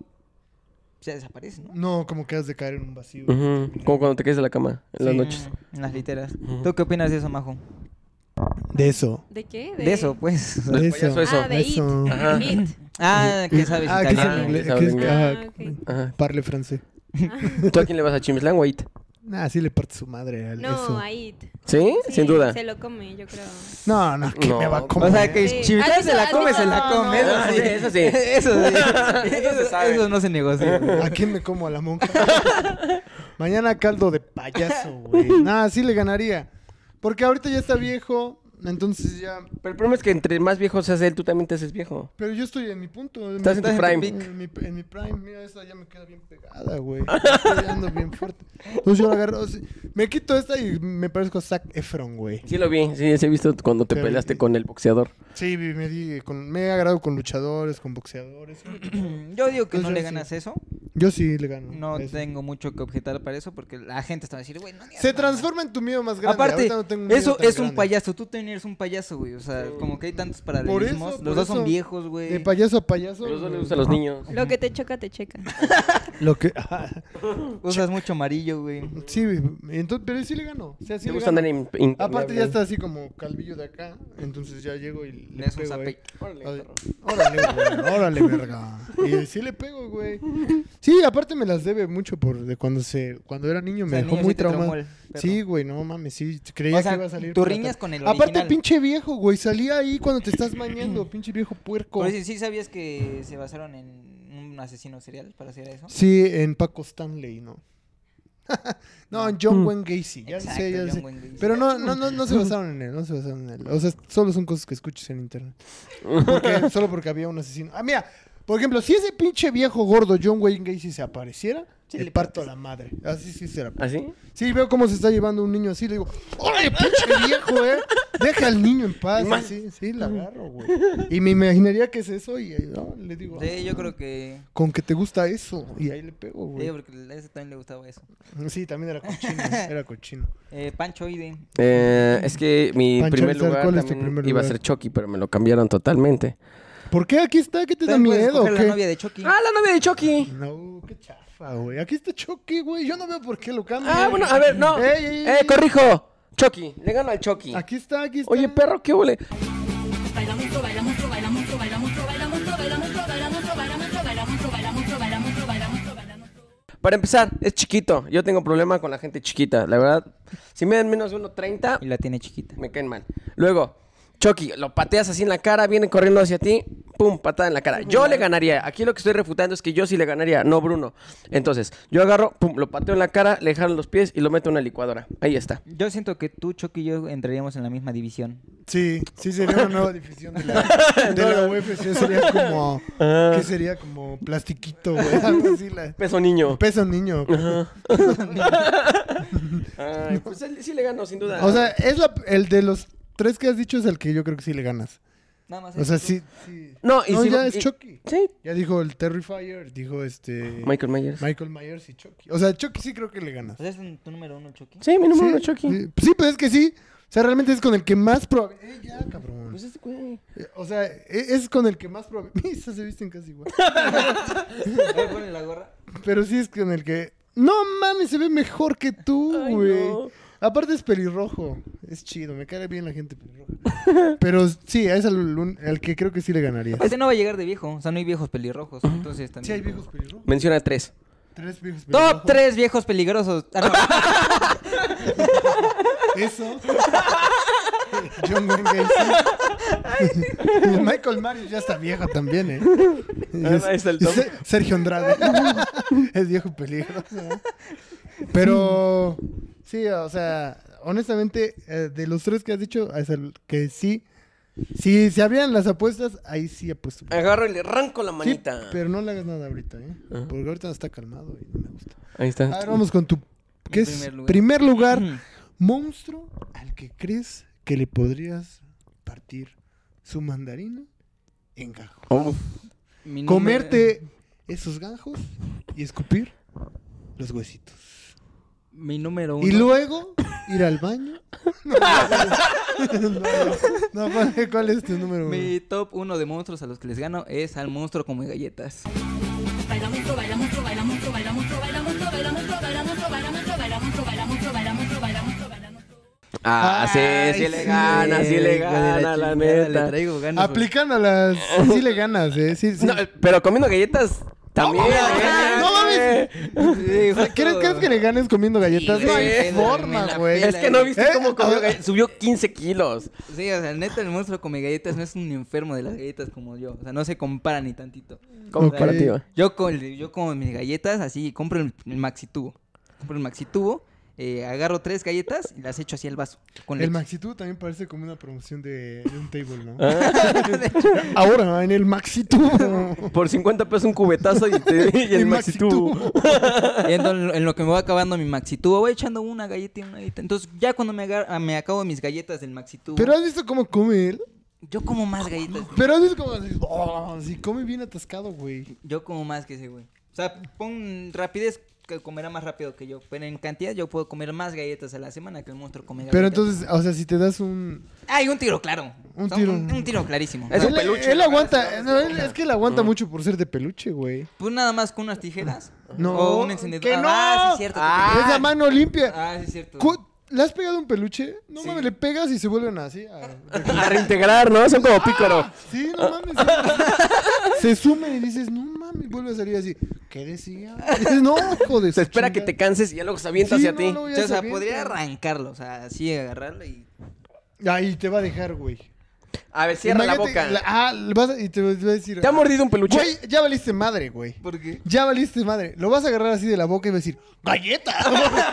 se desaparece, ¿no?
No, como que has de caer en un vacío.
pues, Ujú, Como cuando te caes de la cama en las
Sí.
noches.
Mm, En las literas. ¿Tú qué opinas de eso, Majo?
De eso.
¿De qué?
De eso, pues.
Del
De
payaso eso.
Ah, de
Eso.
It.
Ajá.
It.
Ah, ¿qué sabes
Ah, que es
italiano?
en inglés.
Ah,
que es-
inglés.
ah,
Ah,
Ajá.
Parle francés.
¿Tú a quién le vas a Chimislán, güey?
Nah, sí le parte su madre al eso.
No, a It.
¿Sí? Sin duda.
Se lo come, yo creo.
No, no, que
No.
me va a comer.
O sea, que
Sí.
Chimitlán
¿Has
se la
visto-
come,
has
se la
visto-
come.
No,
no, sí, eso sí.
Eso sí.
Eso se sabe.
Eso no se negocia. güey.
¿A quién me como a la monja? Mañana caldo de payaso, güey. Nah, sí le ganaría. Porque ahorita ya está viejo, entonces ya...
Pero el problema es que entre más viejo se hace él, tú también te haces viejo.
Pero yo estoy en mi punto. en
Estás
mi-
en tu prime.
En mi, en mi prime, mira, esa ya me queda bien pegada, güey. Estoy dando bien fuerte. Entonces yo la agarro. así. me quito esta y me parezco a Zac Efron, güey.
Sí lo vi, sí, sí he visto cuando te
Pero-
peleaste con el boxeador.
Sí, vi- me, di con- me he agarrado con luchadores, con boxeadores.
Yo digo que no
Entonces,
le
sí.
ganas eso.
Yo sí le gano.
No
Eso.
tengo mucho que objetar para eso porque la gente está a decir, güey, no digas
Se
nada".
transforma en tu miedo más grande.
Aparte,
Ahorita no tengo un miedo
eso
tan
es un
grande.
payaso. Tú también eres un payaso, güey. O sea, como que hay tantos
Por eso,
paralelismos.
por
Los dos
eso,
son viejos, güey.
De payaso a payaso.
Los dos le gustan los niños.
Lo que te choca, te checa.
Lo que...
Usas mucho amarillo, güey.
sí, entonces, pero sí le gano. O sea, sí
Te
le
gustan
gano.
andar in- in-
Aparte ya está así como calvillo de acá, entonces ya llego y le
Le das un
pego eh. ahí.
zape.
Órale,
Ay,
perro.
Órale, güey, órale, verga. Y sí le pego, güey. Sí, aparte me las debe mucho por de cuando se cuando era niño
O
me
sea,
dejó
niño,
muy
sí te traumó
traumado.
el perro.
Sí, güey, no mames, sí creía
O sea,
que iba a salir.
tú
por la
riñas
tar-
con el
Aparte
original.
pinche viejo, güey, salía ahí cuando te estás bañando, pinche viejo puerco.
Pero sí, sí sabías que se basaron en un asesino serial para hacer eso.
Sí, en Paco Stanley, ¿no. no, en John Wayne Gacy, ya
Exacto,
sé, ya
John
sé.
Wayne Gacy.
Pero no, no, no, no se basaron en él, no se basaron en él. O sea, solo son cosas que escuches en internet. Porque- solo porque había un asesino. Ah, mira, por ejemplo, si ese pinche viejo gordo John Wayne Gacy se apareciera,
Sí,
le
le
parto a la madre. Así sí será.
¿Así?
Sí, veo cómo se está llevando un niño así, le digo, ¡Órale, pinche viejo, eh! Deja al niño en paz.
Más-
Sí, sí, la agarro, güey. Y me imaginaría que es eso y ahí, no, le digo,
Sí, yo
"Ah,
creo que.
con que te gusta eso. Y ahí le pego,
Sí,
güey.
porque a ese también le gustaba eso.
Sí, también era cochino, era cochino.
Eh, Panchoide.
Eh, es que mi
Pancho,
primer
Richard,
lugar
¿cuál es tu
también
primer
iba a
lugar?
ser Chucky, pero me lo cambiaron totalmente.
¿Por qué aquí está? ¿Qué te da
También puedes
miedo?
escoger
o
la
qué?
novia de Chucky.
¡Ah, la novia de Chucky!
No, qué chafa, güey. Aquí está Chucky, güey. Yo no veo por qué lo cambian.
Ah, bueno, a ver, no.
Ey, ey,
¡Eh,
ey.
corrijo! Chucky, le gano al Chucky.
Aquí está, aquí está.
Oye, perro, ¿qué huele?
Baila mucho, baila mucho, baila mucho, baila mucho, baila mucho, baila mucho, baila mucho, baila mucho, baila mucho, baila mucho, baila mucho, baila mucho, baila mucho.
Para empezar, es chiquito. Yo tengo problema con la gente chiquita. La verdad, si me dan menos de 1.30,
Y la tiene chiquita.
Me caen mal. Luego, Chucky, lo pateas así en la cara, viene corriendo hacia ti, pum, patada en la cara. Yo le ganaría. Aquí lo que estoy refutando es que yo sí le ganaría, no Bruno. Entonces, yo agarro, pum, lo pateo en la cara, le jalo los pies y lo meto en una licuadora. Ahí está.
Yo siento que tú, Chucky y yo entraríamos en la misma división.
Sí, sí, sería una nueva difusión de la, de la UFC. Sería como.
Ah.
¿Qué sería? Como plastiquito, güey. Algo así. La,
Peso niño.
peso niño.
Ay, pues él sí le gano, sin duda.
O sea, es la, el de los tres que has dicho es el que yo creo que sí le ganas.
Nada más.
O sea, sí. sí.
no, y
no,
si-
ya
y-
es Chucky.
Sí,
Ya dijo el Terrifier, dijo este.
Michael Myers.
Michael Myers y Chucky. O sea, Chucky sí creo que le ganas.
O sea, es un- tu número uno, Chucky.
Sí, mi número
Sí,
uno, Chucky.
Sí, Pues sí, pues es que sí. sea, realmente es con el que más proba- Eh, ya, cabrón.
Pues este güey.
Eh, O sea, e- es con el que más probabilidades se visten casi igual.
A ver, ponle la gorra.
Pero sí es con el que. No mames, se ve mejor que tú,
Ay,
güey.
no.
Aparte es pelirrojo. Es chido, me cae bien la gente pelirroja. Pero sí, es al, un- al que creo que sí le ganaría.
Este no va a llegar de viejo. O sea, no hay viejos pelirrojos. Entonces también.
Sí, hay viejos pelirrojos.
Menciona tres.
Tres viejos pelirrojos.
Top 3 viejos peligrosos. Ah,
Eso. John Wayne Gacy. Y Michael Marius ya está viejo también, ¿eh?
Ah, ahí está el top.
Se- Sergio Andrade. es viejo peligroso. ¿eh? Pero, sí, o sea, honestamente, eh, de los tres que has dicho, es el que sí. Si se abrían las apuestas, ahí sí apuesto.
Agarro y le arranco la
Sí,
manita.
pero no le hagas nada ahorita, ¿eh?
Ajá. Ah,
Porque ahorita está calmado y no me gusta.
Ahí
A ver,
está.
vamos con tu. ¿Qué
Mi
es?
primer lugar.
Primer lugar,
no.
monstruo al que crees que le podrías partir su mandarina en gajos.
Uf.
Mi número-
Comerte esos ganjos y escupir los huesitos.
Mi número uno.
Y luego ir al baño. No, no, no, no, ¿cuál, cuál es tu número uno?
Mi top 1 de monstruos a los que les gano es al monstruo como galletas.
Baila monstruo, baila monstruo, baila monstruo, baila monstruo, baila monstruo, baila monstruo, baila monstruo, baila monstruo, baila monstruo, baila monstruo, baila monstruo, baila monstruo, baila monstruo.
Ah, sí,
Ay,
sí le
sí,
gana, sí le
hijo de
gana, la
chingada, Le
neta.
traigo ganas.
Aplicándolas, sí le ganas, ¿eh? Sí, sí.
No, pero comiendo galletas también.
mames! ¡No mames!
güey. Sí,
¿Crees,
justo.
crees que le ganes comiendo galletas?
Sí,
no
güey,
hay
me
forma,
la
güey.
Es que no viste
¿Eh?
cómo comió galletas. Subió 15 kilos.
Sí, o sea, neta, el monstruo come galletas no es un enfermo de las galletas como yo. O sea, no se compara ni tantito.
Comparativa.
Yo, con, yo como mis galletas, así, compro el, el maxi tubo. Compro el maxi tubo, eh, agarro tres galletas y las echo así al vaso. Con
El
leche.
Maxitu también parece como una promoción de, de un table, ¿no?
Ah.
Ahora, en el Maxitu.
Por 50 pesos un cubetazo y, te, y el maxi tubo.
Y en, lo, en lo que me va acabando mi maxi tubo, voy echando una galleta y una galleta. Entonces, ya cuando me, agar- me acabo mis galletas del maxi tubo,
Pero has visto cómo come él.
yo como más galletas.
Pero has visto cómo. así, oh, sí, come bien atascado, güey.
Yo como más que ese güey. O sea, pon rapidez que comerá más rápido que yo. Pero en cantidad yo puedo comer más galletas a la semana que el monstruo come
Pero
galletas.
entonces, o sea, si te das un.
¡Ay, un tiro claro!
Un
O sea,
tiro.
Un, un tiro clarísimo.
Es un
él,
peluche,
Él
¿no?
aguanta. no, él- es que él aguanta mucho por ser de peluche, güey.
Pues nada más con unas tijeras.
No,
O un encendedor.
que
Ah,
no.
sí, cierto.
Ah.
Es la mano limpia.
Ah, sí, cierto.
Cu- ¿Le has pegado un peluche? No
Sí.
mames, le pegas y se vuelven así. a-
A reintegrar, ¿no? Son
Ah,
como pícoro.
Sí, no mames. sí. Se sumen y dices, no mames, vuelve a salir así. ¿Qué decía? Dices, no, hijo de
Se espera que te canses y ya luego se avienta
Sí,
hacia
no,
ti.
luego
O
ya
sea, o sea,
avienta.
podría arrancarlo. O sea, así agarrarlo y.
Ahí te va a dejar, güey.
A ver, cierra la
Imagínate,
boca.
la- ah, le vas a- y te va a decir.
¿Te ha mordido un peluche?
Güey, ya valiste madre, güey.
¿Por qué?
Ya valiste madre. Lo vas a agarrar así de la boca y vas a decir, ¡galleta!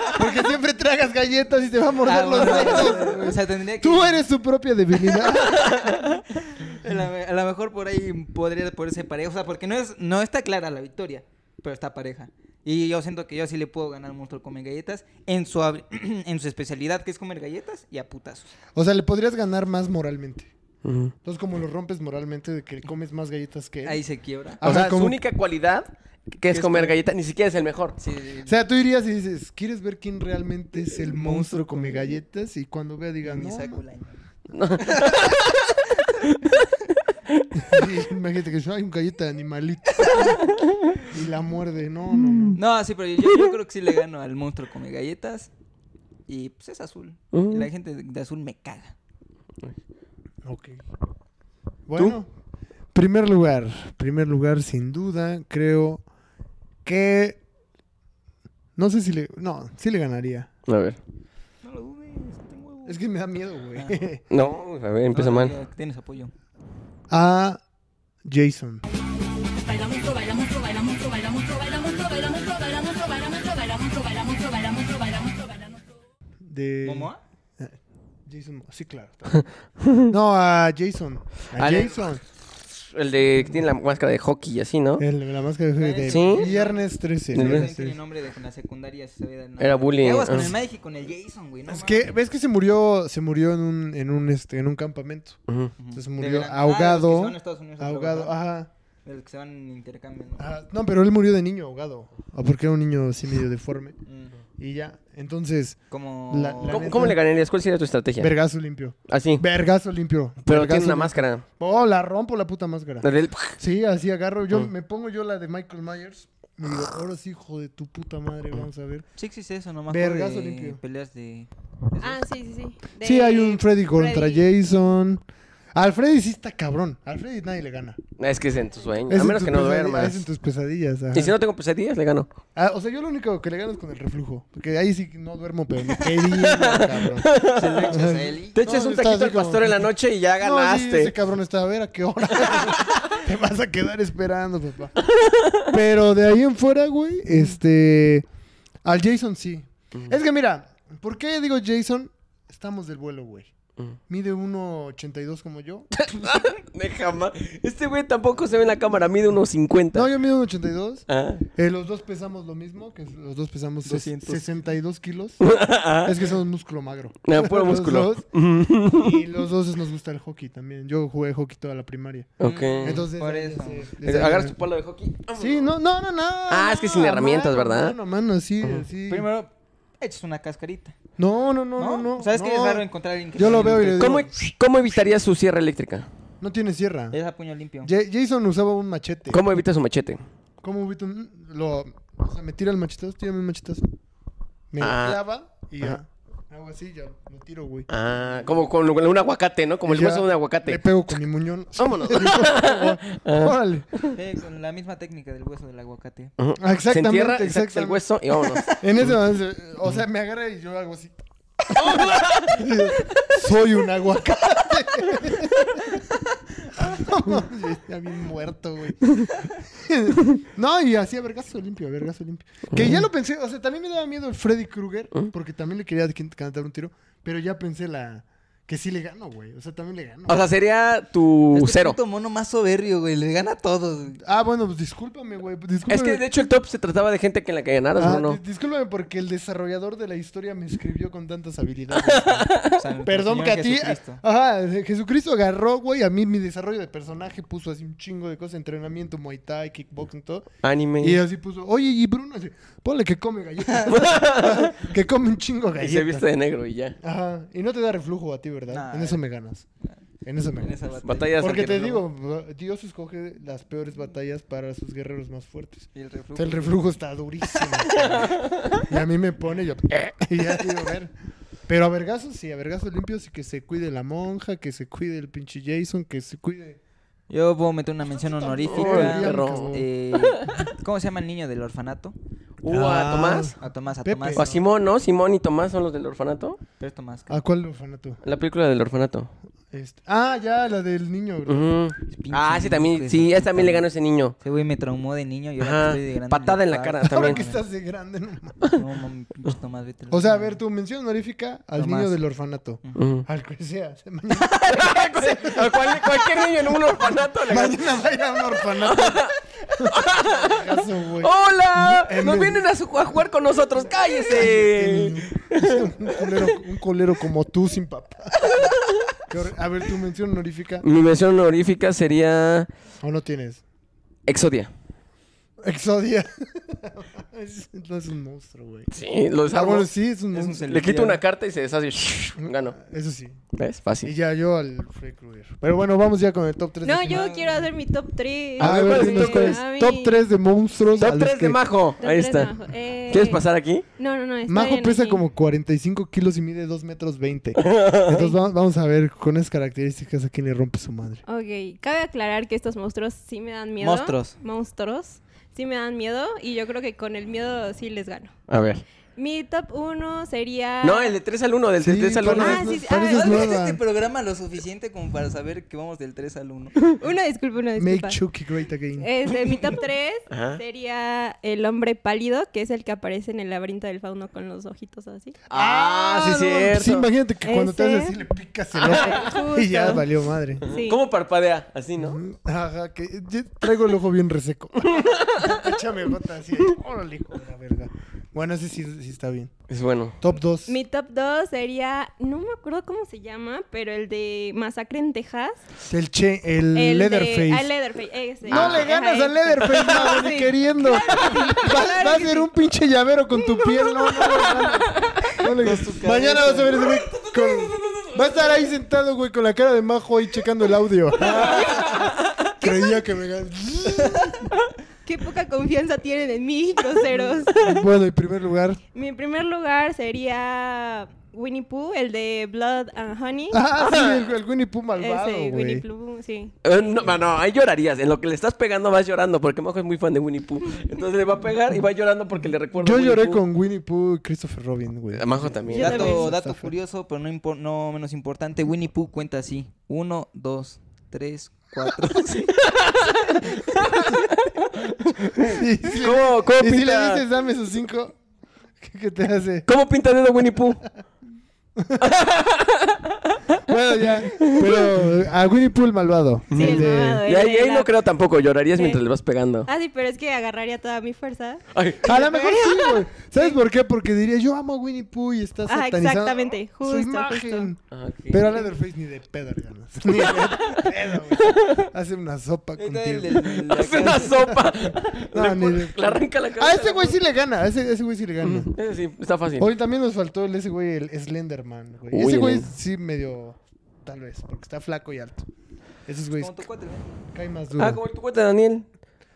Porque siempre tragas galletas y te va a morder
Ah,
los
bueno,
dedos. güey.
o sea, tendría que.
Tú eres tu propia debilidad.
A la- a lo mejor por ahí podría ponerse pareja. O sea, porque no, es, no está clara la victoria, pero está pareja. Y yo siento que yo sí le puedo ganar al monstruo comer galletas en su, hab- en su especialidad, que es comer galletas y a putazos.
O sea, le podrías ganar más moralmente.
Ujú.
Entonces, como lo rompes moralmente de que comes más galletas que él.
Ahí se quiebra.
O
Ajá,
sea, su
como-
única cualidad, que es comer galleta, ni siquiera es el mejor.
Sí, sí,
O
sí.
sea, tú irías y dices, ¿quieres ver quién realmente es el monstruo come galletas? Y cuando vea digan,
Me
no,
saco la-
Sí, imagínate que yo hay un galleta de animalito. y la muerde, no, no, no.
No, sí, pero yo, yo creo que sí le gano al monstruo come galletas. Y pues es azul.
Ujú.
Y la gente de- de azul me caga.
Ok. Bueno, primer lugar, primer lugar sin duda, creo que... No sé si le... No, sí le ganaría.
A ver.
No lo dudes, tengo huevos.
Es que me da miedo, güey.
No, a ver, empieza
Ah,
No,
mal.
tranquilo, Tienes apoyo.
A Jason.
Baila monstruo, baila monstruo, baila monstruo, baila monstruo, baila monstruo, baila monstruo, baila monstruo, baila monstruo, baila monstruo, baila monstruo, baila monstruo, baila monstruo, baila monstruo.
De...
¿Momoa?
Jason, Momoa, sí, claro. no, a Jason. A
Ale-
Jason.
El de que tiene la máscara de hockey y así, ¿no?
El- la máscara de de
¿Sí?
Viernes 13.
Sí,
También
Viernes
viernes
tiene
13.
nombre de la secundaria. Se ve de-
Era bullying,
¿Qué aguas con
ah.
el Magic y con el Jason, güey? No
Es
mames.
que ves que se murió, se murió en un en un este en un campamento.
Ujú.
Ujú.
Entonces
De
murió
verano. Ah, los que se
ahogado,
van a Estados Unidos a
ahogado,
trabajar.
ajá.
De los que se van en intercambio, ¿no?
Ah, no, pero él murió de niño ahogado. Ah, porque era un niño así medio deforme.
Mm.
Y ya. Entonces,
Como...
La- la-
¿Cómo, cómo le ganarías? ¿Cuál sería tu estrategia?
vergazo limpio.
Así.
Vergazo limpio.
Pero
Vergazo
tiene una
limpio.
máscara.
Oh, la rompo la puta máscara.
La del-
Sí, así agarro. Yo
Mm.
me pongo yo la de Michael Myers. Y digo, ahora sí, hijo de tu puta
Mm.
madre, vamos a ver.
Sí existe eso, nomás
Vergazo
de
limpio.
peleas de...
Ah, sí, sí, sí. De-
Sí, hay un Freddy contra
Freddy.
Jason. Al Freddy sí está cabrón. Al Freddy nadie le gana.
Es que es en tu sueño.
Es
a
en
menos
tus
que no
pesadillas-
duermas.
Es en tus pesadillas. ajá.
Y si no tengo pesadillas, le gano.
Ah, o sea, yo lo único que le gano es con el reflujo. Porque ahí sí que no duermo, pero ni qué día, cabrón.
Se lo echas a él y-
Te echas
No,
un
está
taquito
así
al
como-
pastor en la noche y ya
No, sí,
ganaste.
ese cabrón está a ver a qué hora. Te vas a quedar esperando, papá. Pero de ahí en fuera, güey, este. Al Jason sí. Es que mira, ¿por qué digo Jason? Estamos del vuelo, güey.
Ujú.
Mide 1.82 como yo.
Deja ma- Este güey tampoco se ve en la cámara, mide unos 50.
No, yo mido 1.82.
Ah.
Eh, los dos pesamos lo mismo, que los dos pesamos ses-
200.
62 kilos. es que somos músculo magro.
No, puro
Los
músculo.
dos. y los dos nos gusta el hockey también. Yo jugué hockey toda la primaria.
Ok.
Entonces,
Por
eh,
eso.
eh, desde ahí-
Mm. Agarras tu palo de hockey.
Sí, no, no, no, no.
Ah, es que sin herramientas, ¿verdad?
No, mano, sí, sí.
Primero, echas una cascarita,
No, no, no,
¿no?
no, no.
¿Sabes que es
no.
raro encontrar a alguien que
Yo
sea
lo veo y le
limpio?
¿Cómo, e-,
digo,
¿Cómo evitarías su sierra eléctrica?
no tiene sierra.
Es a puño limpio.
Ja- Jason usaba un machete.
¿Cómo evitas su machete?
¿Cómo ubito un- lo o sea, me tira el machetazo, tírame el machetazo. Me
Ah.
clava y ya. Hago así, ya lo tiro, güey.
Ah, como con con un aguacate, ¿no? Como el
Ya
hueso de un
Le
aguacate.
pego con mi muñón.
Vámonos.
Órale.
Eh, con la misma técnica del hueso del aguacate.
Ujú.
Ah,
Se entierra,
exactamente,
le sacas el
exactamente.
hueso y vámonos.
En ese momento, se- o sea, me agarra y yo hago así. Soy un aguacate. No, yo ya bien muerto, güey. No, y así a vergazo limpio, a vergazo limpio. Que ya lo pensé, o sea, también me daba miedo el Freddy Krueger,
¿Mm?
porque también le quería qu- cantar un tiro, pero ya pensé la que sí le gano, güey. O sea, también le gano.
O sea, sería tu
Este
Uh, cero.
puto mono más soberbio, güey. Le gana a todos. güey.
ah, bueno, pues discúlpame, güey. Discúlpame.
Es que de hecho el top se trataba de gente que en la que ganaras,
Ah,
Bruno.
dis- discúlpame porque el desarrollador de la historia me escribió con tantas habilidades.
O sea, nuestro
Perdón
Señor
que a ti.
Jesucristo.
Ajá, Jesucristo agarró, güey, a mí mi desarrollo de personaje puso así un chingo de cosas, entrenamiento, muay thai, kickboxing, todo.
Anime.
Y así puso, oye, y Bruno, así, ponle que come galletas. que come un chingo de
Y
galletas.
se viste de negro y ya.
Ajá, y no te da reflujo a ti, ¿verdad?
Nah.
en eso me ganas. En eso me
En
ganas.
esa batalla.
Batallas
Porque te
antirreloj.
digo, Dios escoge las peores batallas para sus guerreros más fuertes.
Y el
O
reflujo.
sea, el reflujo está durísimo. cabrón. y a mí me pone yo. y ya digo, "Ver". Pero a vergazos sí, a vergazos limpios y que se cuide la monja, que se cuide el pinche Jason, que se cuide.
Yo puedo meter una mención
Ay,
honorífica.
perro.
Eh, ¿Cómo se llama el niño del orfanato?
Uh, a
Ah.
Tomás.
A Tomás, a
Pepe. Ah,
Tomás.
O a Simón, ¿no? Simón y Tomás son los del orfanato.
Pero es Tomás.
¿A cuál orfanato?
La película del orfanato.
Este- Ah, ya, la del niño. güey.
Ujú.
pinche
Ah, ese
hijo
también.
de
Sí,
su
ese también
puta
le ganó a ese niño.
Ese güey me traumó de niño y ahora
Ajá.
que estoy de grande.
Patada
le
en la
parto.
cara
Ahora
también.
que estás de grande, no mames.
No, mami, pinche Tomás, vete. a la
O sea, a
verga.
ver, tu mención honorífica al
Tomás.
niño del orfanato.
Ujú.
Al que sea. Mañana,
A cual- Cualquier niño en un orfanato le ganó.
mañana va a ir a un orfanato. Vergazo,
Oh,
güey.
¡Hola!
En
¡Nos
vez-
vienen a, su- a jugar con nosotros! ¡Cállese!
un, culero, un culero como tú sin papá. Qué horri- A ver, tu mención honorífica.
Mi mención honorífica sería
¿O no tienes?
Exodia.
Exodia. Es- no es un monstruo, güey.
Sí, lo
Ah,
desarmo.
bueno, sí, es un
Es un
monstruo.
Le quito una carta y se deshace. Gano.
Eso sí.
¿Ves?
Y
Fácil.
ya yo al Freddy Krueger. Pero bueno, vamos ya con el top 3.
No,
de...
yo quiero hacer mi top 3.
A ver,
¿cuál es
dinos
tu
Ah, cuál es. Top 3 de monstruos. a
Top
los
3 de
que-
Majo. Ahí está. ¿Quieres pasar aquí?
eh, No, no, no. está
Majo
bien
pesa
aquí.
como 45 kilos y mide 2 metros 20. Entonces va- vamos a ver con esas características a quién le rompe su madre.
Ok, cabe aclarar que estos monstruos sí me dan miedo.
Monstruos.
Monstruos. Sí me dan miedo y yo creo que con el miedo sí les gano.
A ver.
Mi top 1 sería...
No, el de 3 al 1. Del de
Sí,
3 al
por
1.
Ah, sí, sí.
Pareces
A ver, otra
¿Has visto
nueva.
este programa lo suficiente como para saber que vamos del 3 al 1?
Una disculpa, una
Make
disculpa.
Chucky great again.
Este, mi top 3
Ajá.
sería el hombre pálido, que es el que aparece en el laberinto del fauno con los ojitos así.
Ah, sí, cierto.
pues, Sí, imagínate que cuando te haces
Ese. Ah,
así le picas el ojo
Justo.
y ya valió madre.
Sí.
¿Cómo parpadea? Así, ¿no?
Ajá, que yo traigo el ojo bien reseco. Échame gota así. Órale, hijo de la verga. Bueno, ese sí, sí está bien.
Es bueno.
Top 2.
Mi top 2 sería, no me acuerdo cómo se llama, pero el de Masacre en Texas.
El, che, el,
El de-
Leatherface.
ah, el Leatherface. ese.
No le
Ajá,
ganas al
ese.
Leatherface, no, ni
Sí.
queriendo. Va, va a ser un pinche llavero con tu piel, no, no, no, no. No le ganas. Mañana vas a ver ese güey con- Va a estar ahí sentado, güey, con la cara de majo ahí checando el audio. Creía que me gan-
Qué poca confianza tienen en mí, groseros.
Bueno, en primer lugar.
Mi primer lugar sería Winnie Pooh, el de Blood and Honey.
Ah, sí, el, el Winnie Pooh malvado,
Ese,
güey.
Winnie Pooh, sí.
Eh, No, ma, no, ahí llorarías. En lo que le estás pegando vas llorando porque Majo es muy fan de Winnie Pooh. Entonces le va a pegar y va llorando porque le recuerda.
Yo
a Winnie
lloré
Pooh.
con Winnie Pooh y Christopher Robin, güey.
A Majo también. Ah,
Yo también.
Dato, dato
Zafa.
curioso, pero no, impo- no menos importante, Winnie Pooh cuenta así. Uno, dos, tres, cuatro.
Y si le-
¿Cómo, cómo
y si le
pinta?
dices dame sus cinco, ¿qué, qué te hace?
¿Cómo pinta el dedo Winnie Pooh?
Bueno, ya. Pero a Winnie Pooh el malvado. Este,
Sí, el
Mm. de-
malvado,
Y ahí,
el de
ahí
la-
no creo tampoco, llorarías
Sí.
mientras le vas pegando.
Ah, sí, pero es que agarraría toda mi fuerza.
Ay,
A lo mejor sí, güey. ¿Sabes por qué? Porque diría, yo amo a Winnie Pooh y está
Ah,
satanizando
exactamente.
su
Justo,
imagen.
ah, ok.
Pero a Leatherface ni de pedo le ganas. Ni de pedo, güey. Hace una sopa contigo.
Hace una sopa.
No,
le,
ni
pon-
de-
le arranca la cabeza.
A ese güey sí le gana. A ese a ese güey sí le gana.
Mm, ese sí, está fácil.
Hoy también nos faltó el ese güey, el Slenderman, güey.
Uy,
ese güey
el-
sí medio, tal vez, porque está flaco y alto. Esos güeyes
Como tu cuate, ¿no?
cae más duro.
Ah, como el tu cuenta, Daniel.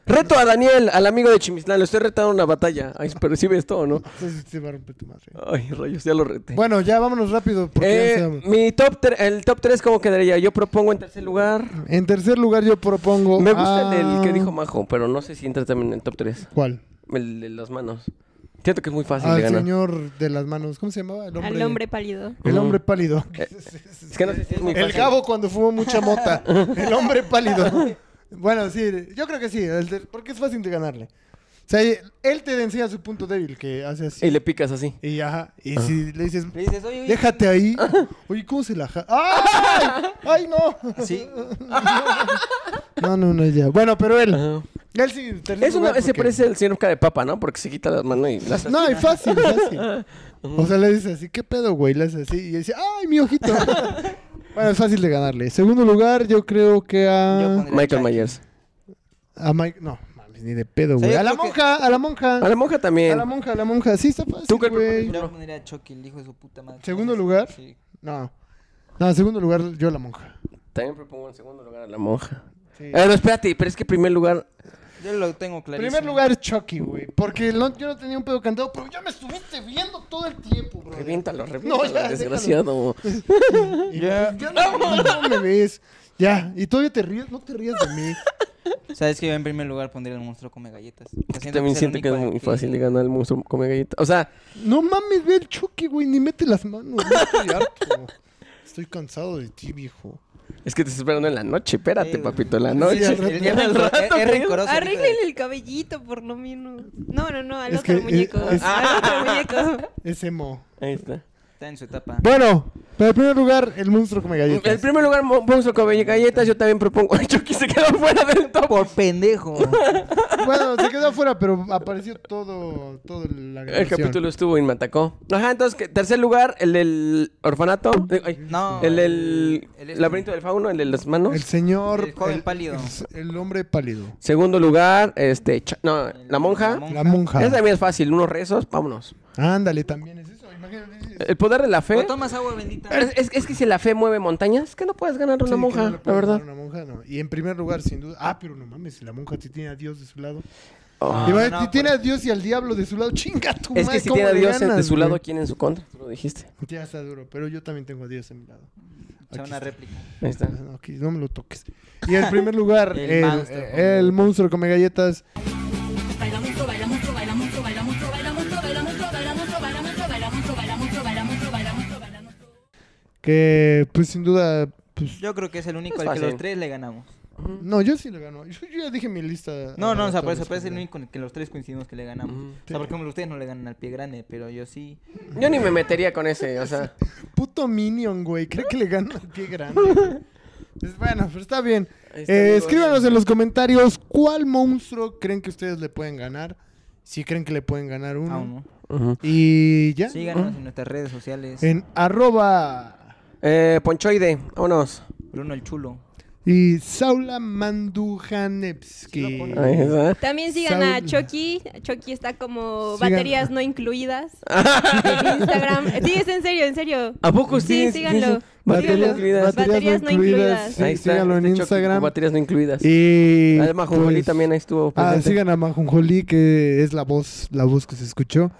Reto a Daniel, al amigo de Chimislán. Lo estoy retando en una batalla. Ay, pero si ves esto o no.
Entonces sí va a romper tu madre.
Ay, rayos, ya lo reté.
Bueno, ya vámonos rápido porque ya
Eh,
estamos.
mi top tre- el top 3, ¿cómo quedaría? Yo propongo en tercer lugar.
En tercer lugar yo propongo
Me gusta el
a-
del que dijo Majo, pero no sé si entra también en el top 3.
¿Cuál?
El de las manos. Siento que es muy fácil de
Al
ganar.
señor de las manos, ¿cómo se llamaba? El hombre,
Al hombre pálido.
el hombre pálido.
Eh, Es que no sé si es muy fácil.
El Gabo cuando fumó mucha mota. El hombre pálido. Bueno, sí, yo creo que sí, el de- porque es fácil de ganarle. O sea, él te enseña su punto débil que hace así.
Y le picas así.
Y ajá,
Ah.
y si le dices,
Le dices, oye, oye,
déjate ahí. Oye, ¿cómo se la ja- ¡Ay! ¡Ay, no!
¿Ah, Sí.
No, no, no, ya. Bueno, pero él.
Ajá.
Él sí, en tercer
Ah. Es una,
lugar,
se
porque-
parece al señor cara de papa, ¿no? Porque se quita las manos y las
No, y fácil, fácil. O sea, le dice así, ¿qué pedo, güey? Le hace así y dice, ¡ay, mi ojito! bueno, es fácil de ganarle. Segundo lugar, yo creo que
Yo
a.
pondría-
Michael Myers.
A Mike. No, mames, ni de pedo,
O sea,
güey.
yo
a la
creo que-
monja, a la monja.
A la monja
A
también.
la monja, a la monja. Sí, está fácil.
¿Tú qué
güey.
propones?
Yo pondría a Chucky, el hijo de su puta madre.
¿Segundo lugar?
Sí.
No. No, en segundo lugar, yo a la monja.
También propongo en segundo lugar a la monja.
Sí.
Eh, no, espérate, pero es que en primer lugar.
Yo lo tengo clarísimo.
primer lugar es Chucky, güey. Porque no- yo no tenía un pedo cantado, pero ya me estuviste viendo todo el tiempo, bro.
Reviéntalo,
No,
reviéntalo,
ya, déjalo.
desgraciado.
Ya. Ya no, no me ves. Ya. Y todavía te ríes. No te rías de mí.
¿Sabes que yo en primer lugar pondría el monstruo come galletas? Yo
Es que también
es el
siento que es
único
muy
que-
fácil de ganar al monstruo come galleta. O sea,
No mames, ve el Chucky, güey. Ni mete las manos. Ya Estoy harto. Estoy cansado de ti, viejo.
es que te estoy esperando en la noche. Espérate,
Sí, güey.
papito, en la
Sí,
noche.
al
es-
rato.
es- es rencor- es- es rencoroso.
Arréglenle el cabellito, por lo menos. No, no, no, al
Es
otro
que, eh,
muñeco.
es-
Al otro muñeco.
Ese mo.
Ahí está.
Está en su etapa.
Bueno, pero en primer lugar, el monstruo come galletas.
En primer lugar, mo- monstruo come galletas. Yo también propongo. Chucky se quedó fuera del top.
Por pendejo.
Bueno, se quedó afuera, pero apareció todo, todo la
El
grabación.
capítulo estuvo y me atacó. Ajá, entonces, ¿qué- tercer lugar, el del orfanato. Eh, ay,
No.
El del
El este.
laberinto del fauno, el de las manos.
El señor.
El joven pálido.
El, el hombre pálido.
Segundo lugar, este, cha- no, la monja.
monja.
La monja.
Esa también es fácil, unos rezos, vámonos.
Ándale, también es eso. Imagínate. dices,
El poder de la fe.
O tomas agua bendita.
Es, es- es que si la fe mueve montañas, que no puedes ganar
sí,
una
que
monja,
no le
la
puedes
verdad.
ganar a Una monja, no. Y en primer lugar, sin duda. Ah, pero no mames, la monja sí tiene a Dios de su lado.
Ah.
Y va- si
no,
tiene a Dios y al diablo de su lado, chinga tu
Es
madre,
que si
¿cómo
tiene a
le
Dios de
ganas,
su
güey?
lado, ¿quién en su contra? Tú lo dijiste.
Ya está duro, pero yo también tengo a Dios en mi lado.
Echa
Aquí
una
está.
réplica.
Ahí está.
No, aquí no me lo toques. Y en primer lugar, el,
El
el monstruo,
monstruo
come
come-
galletas. Que, pues, sin duda, pues...
Yo creo que es el único
Es
al que
fácil.
los tres le ganamos.
No, yo sí le gano. Yo, yo ya dije mi lista.
No, no, o sea, por
Todos
eso, pero es
que
el
le-
único en el que los tres coincidimos que le ganamos.
Ujú.
O sea, por ejemplo, ustedes no le ganan al pie grande, pero yo sí.
Yo ni me metería con ese, o sea.
Puto Minion, güey. Creo que le gano al pie grande. güey. Es bueno, pero está bien.
Ahí está,
Eh,
amigo.
escríbanos en los comentarios cuál monstruo creen que ustedes le pueden ganar. si creen que le pueden ganar
Ah,
uno.
Aún no.
Ujú.
Y ya.
Síganos en nuestras redes sociales.
En arroba
Eh, Ponchoide, vámonos.
Bruno el Chulo.
y Saula Mandujanevsky.
Ahí está.
También sigan a
Saúl.
Chucky. Chucky está
Sigan-
como baterías no incluidas. en Instagram. Sí, es en serio, en serio.
¿A poco sí?
Sí, síganlo.
Baterías
Síganlo.
incluidas.
Baterías no incluidas.
Sí,
Ahí está,
síganlo en
este Chucky,
Instagram.
Baterías no incluidas. Ah,
Y
Además, Jujolí
pues,
también ahí estuvo
Ah,
presente.
sigan a Majunjolí, que es la voz, la voz que se escuchó.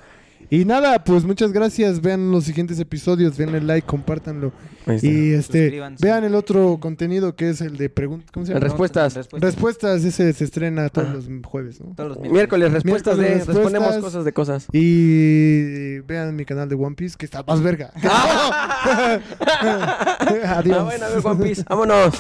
Y nada, pues muchas gracias. Vean los siguientes episodios, denle like, compártanlo.
Ahí está.
Y este,
Suscríbanse.
vean el otro contenido que es el de preguntas. ¿Cómo se
El Ah.
llama?
respu- Respuestas.
pues,
Respuestas, ese se estrena todos los jueves, ¿no?
Todos los miércoles.
Miércoles, respuestas de...
Miércoles,
Respondemos
respuestas.
cosas de cosas.
Y vean mi canal de One Piece, que está más verga. Adiós.
Ah, bueno, a ver, Juan Piece. Vámonos.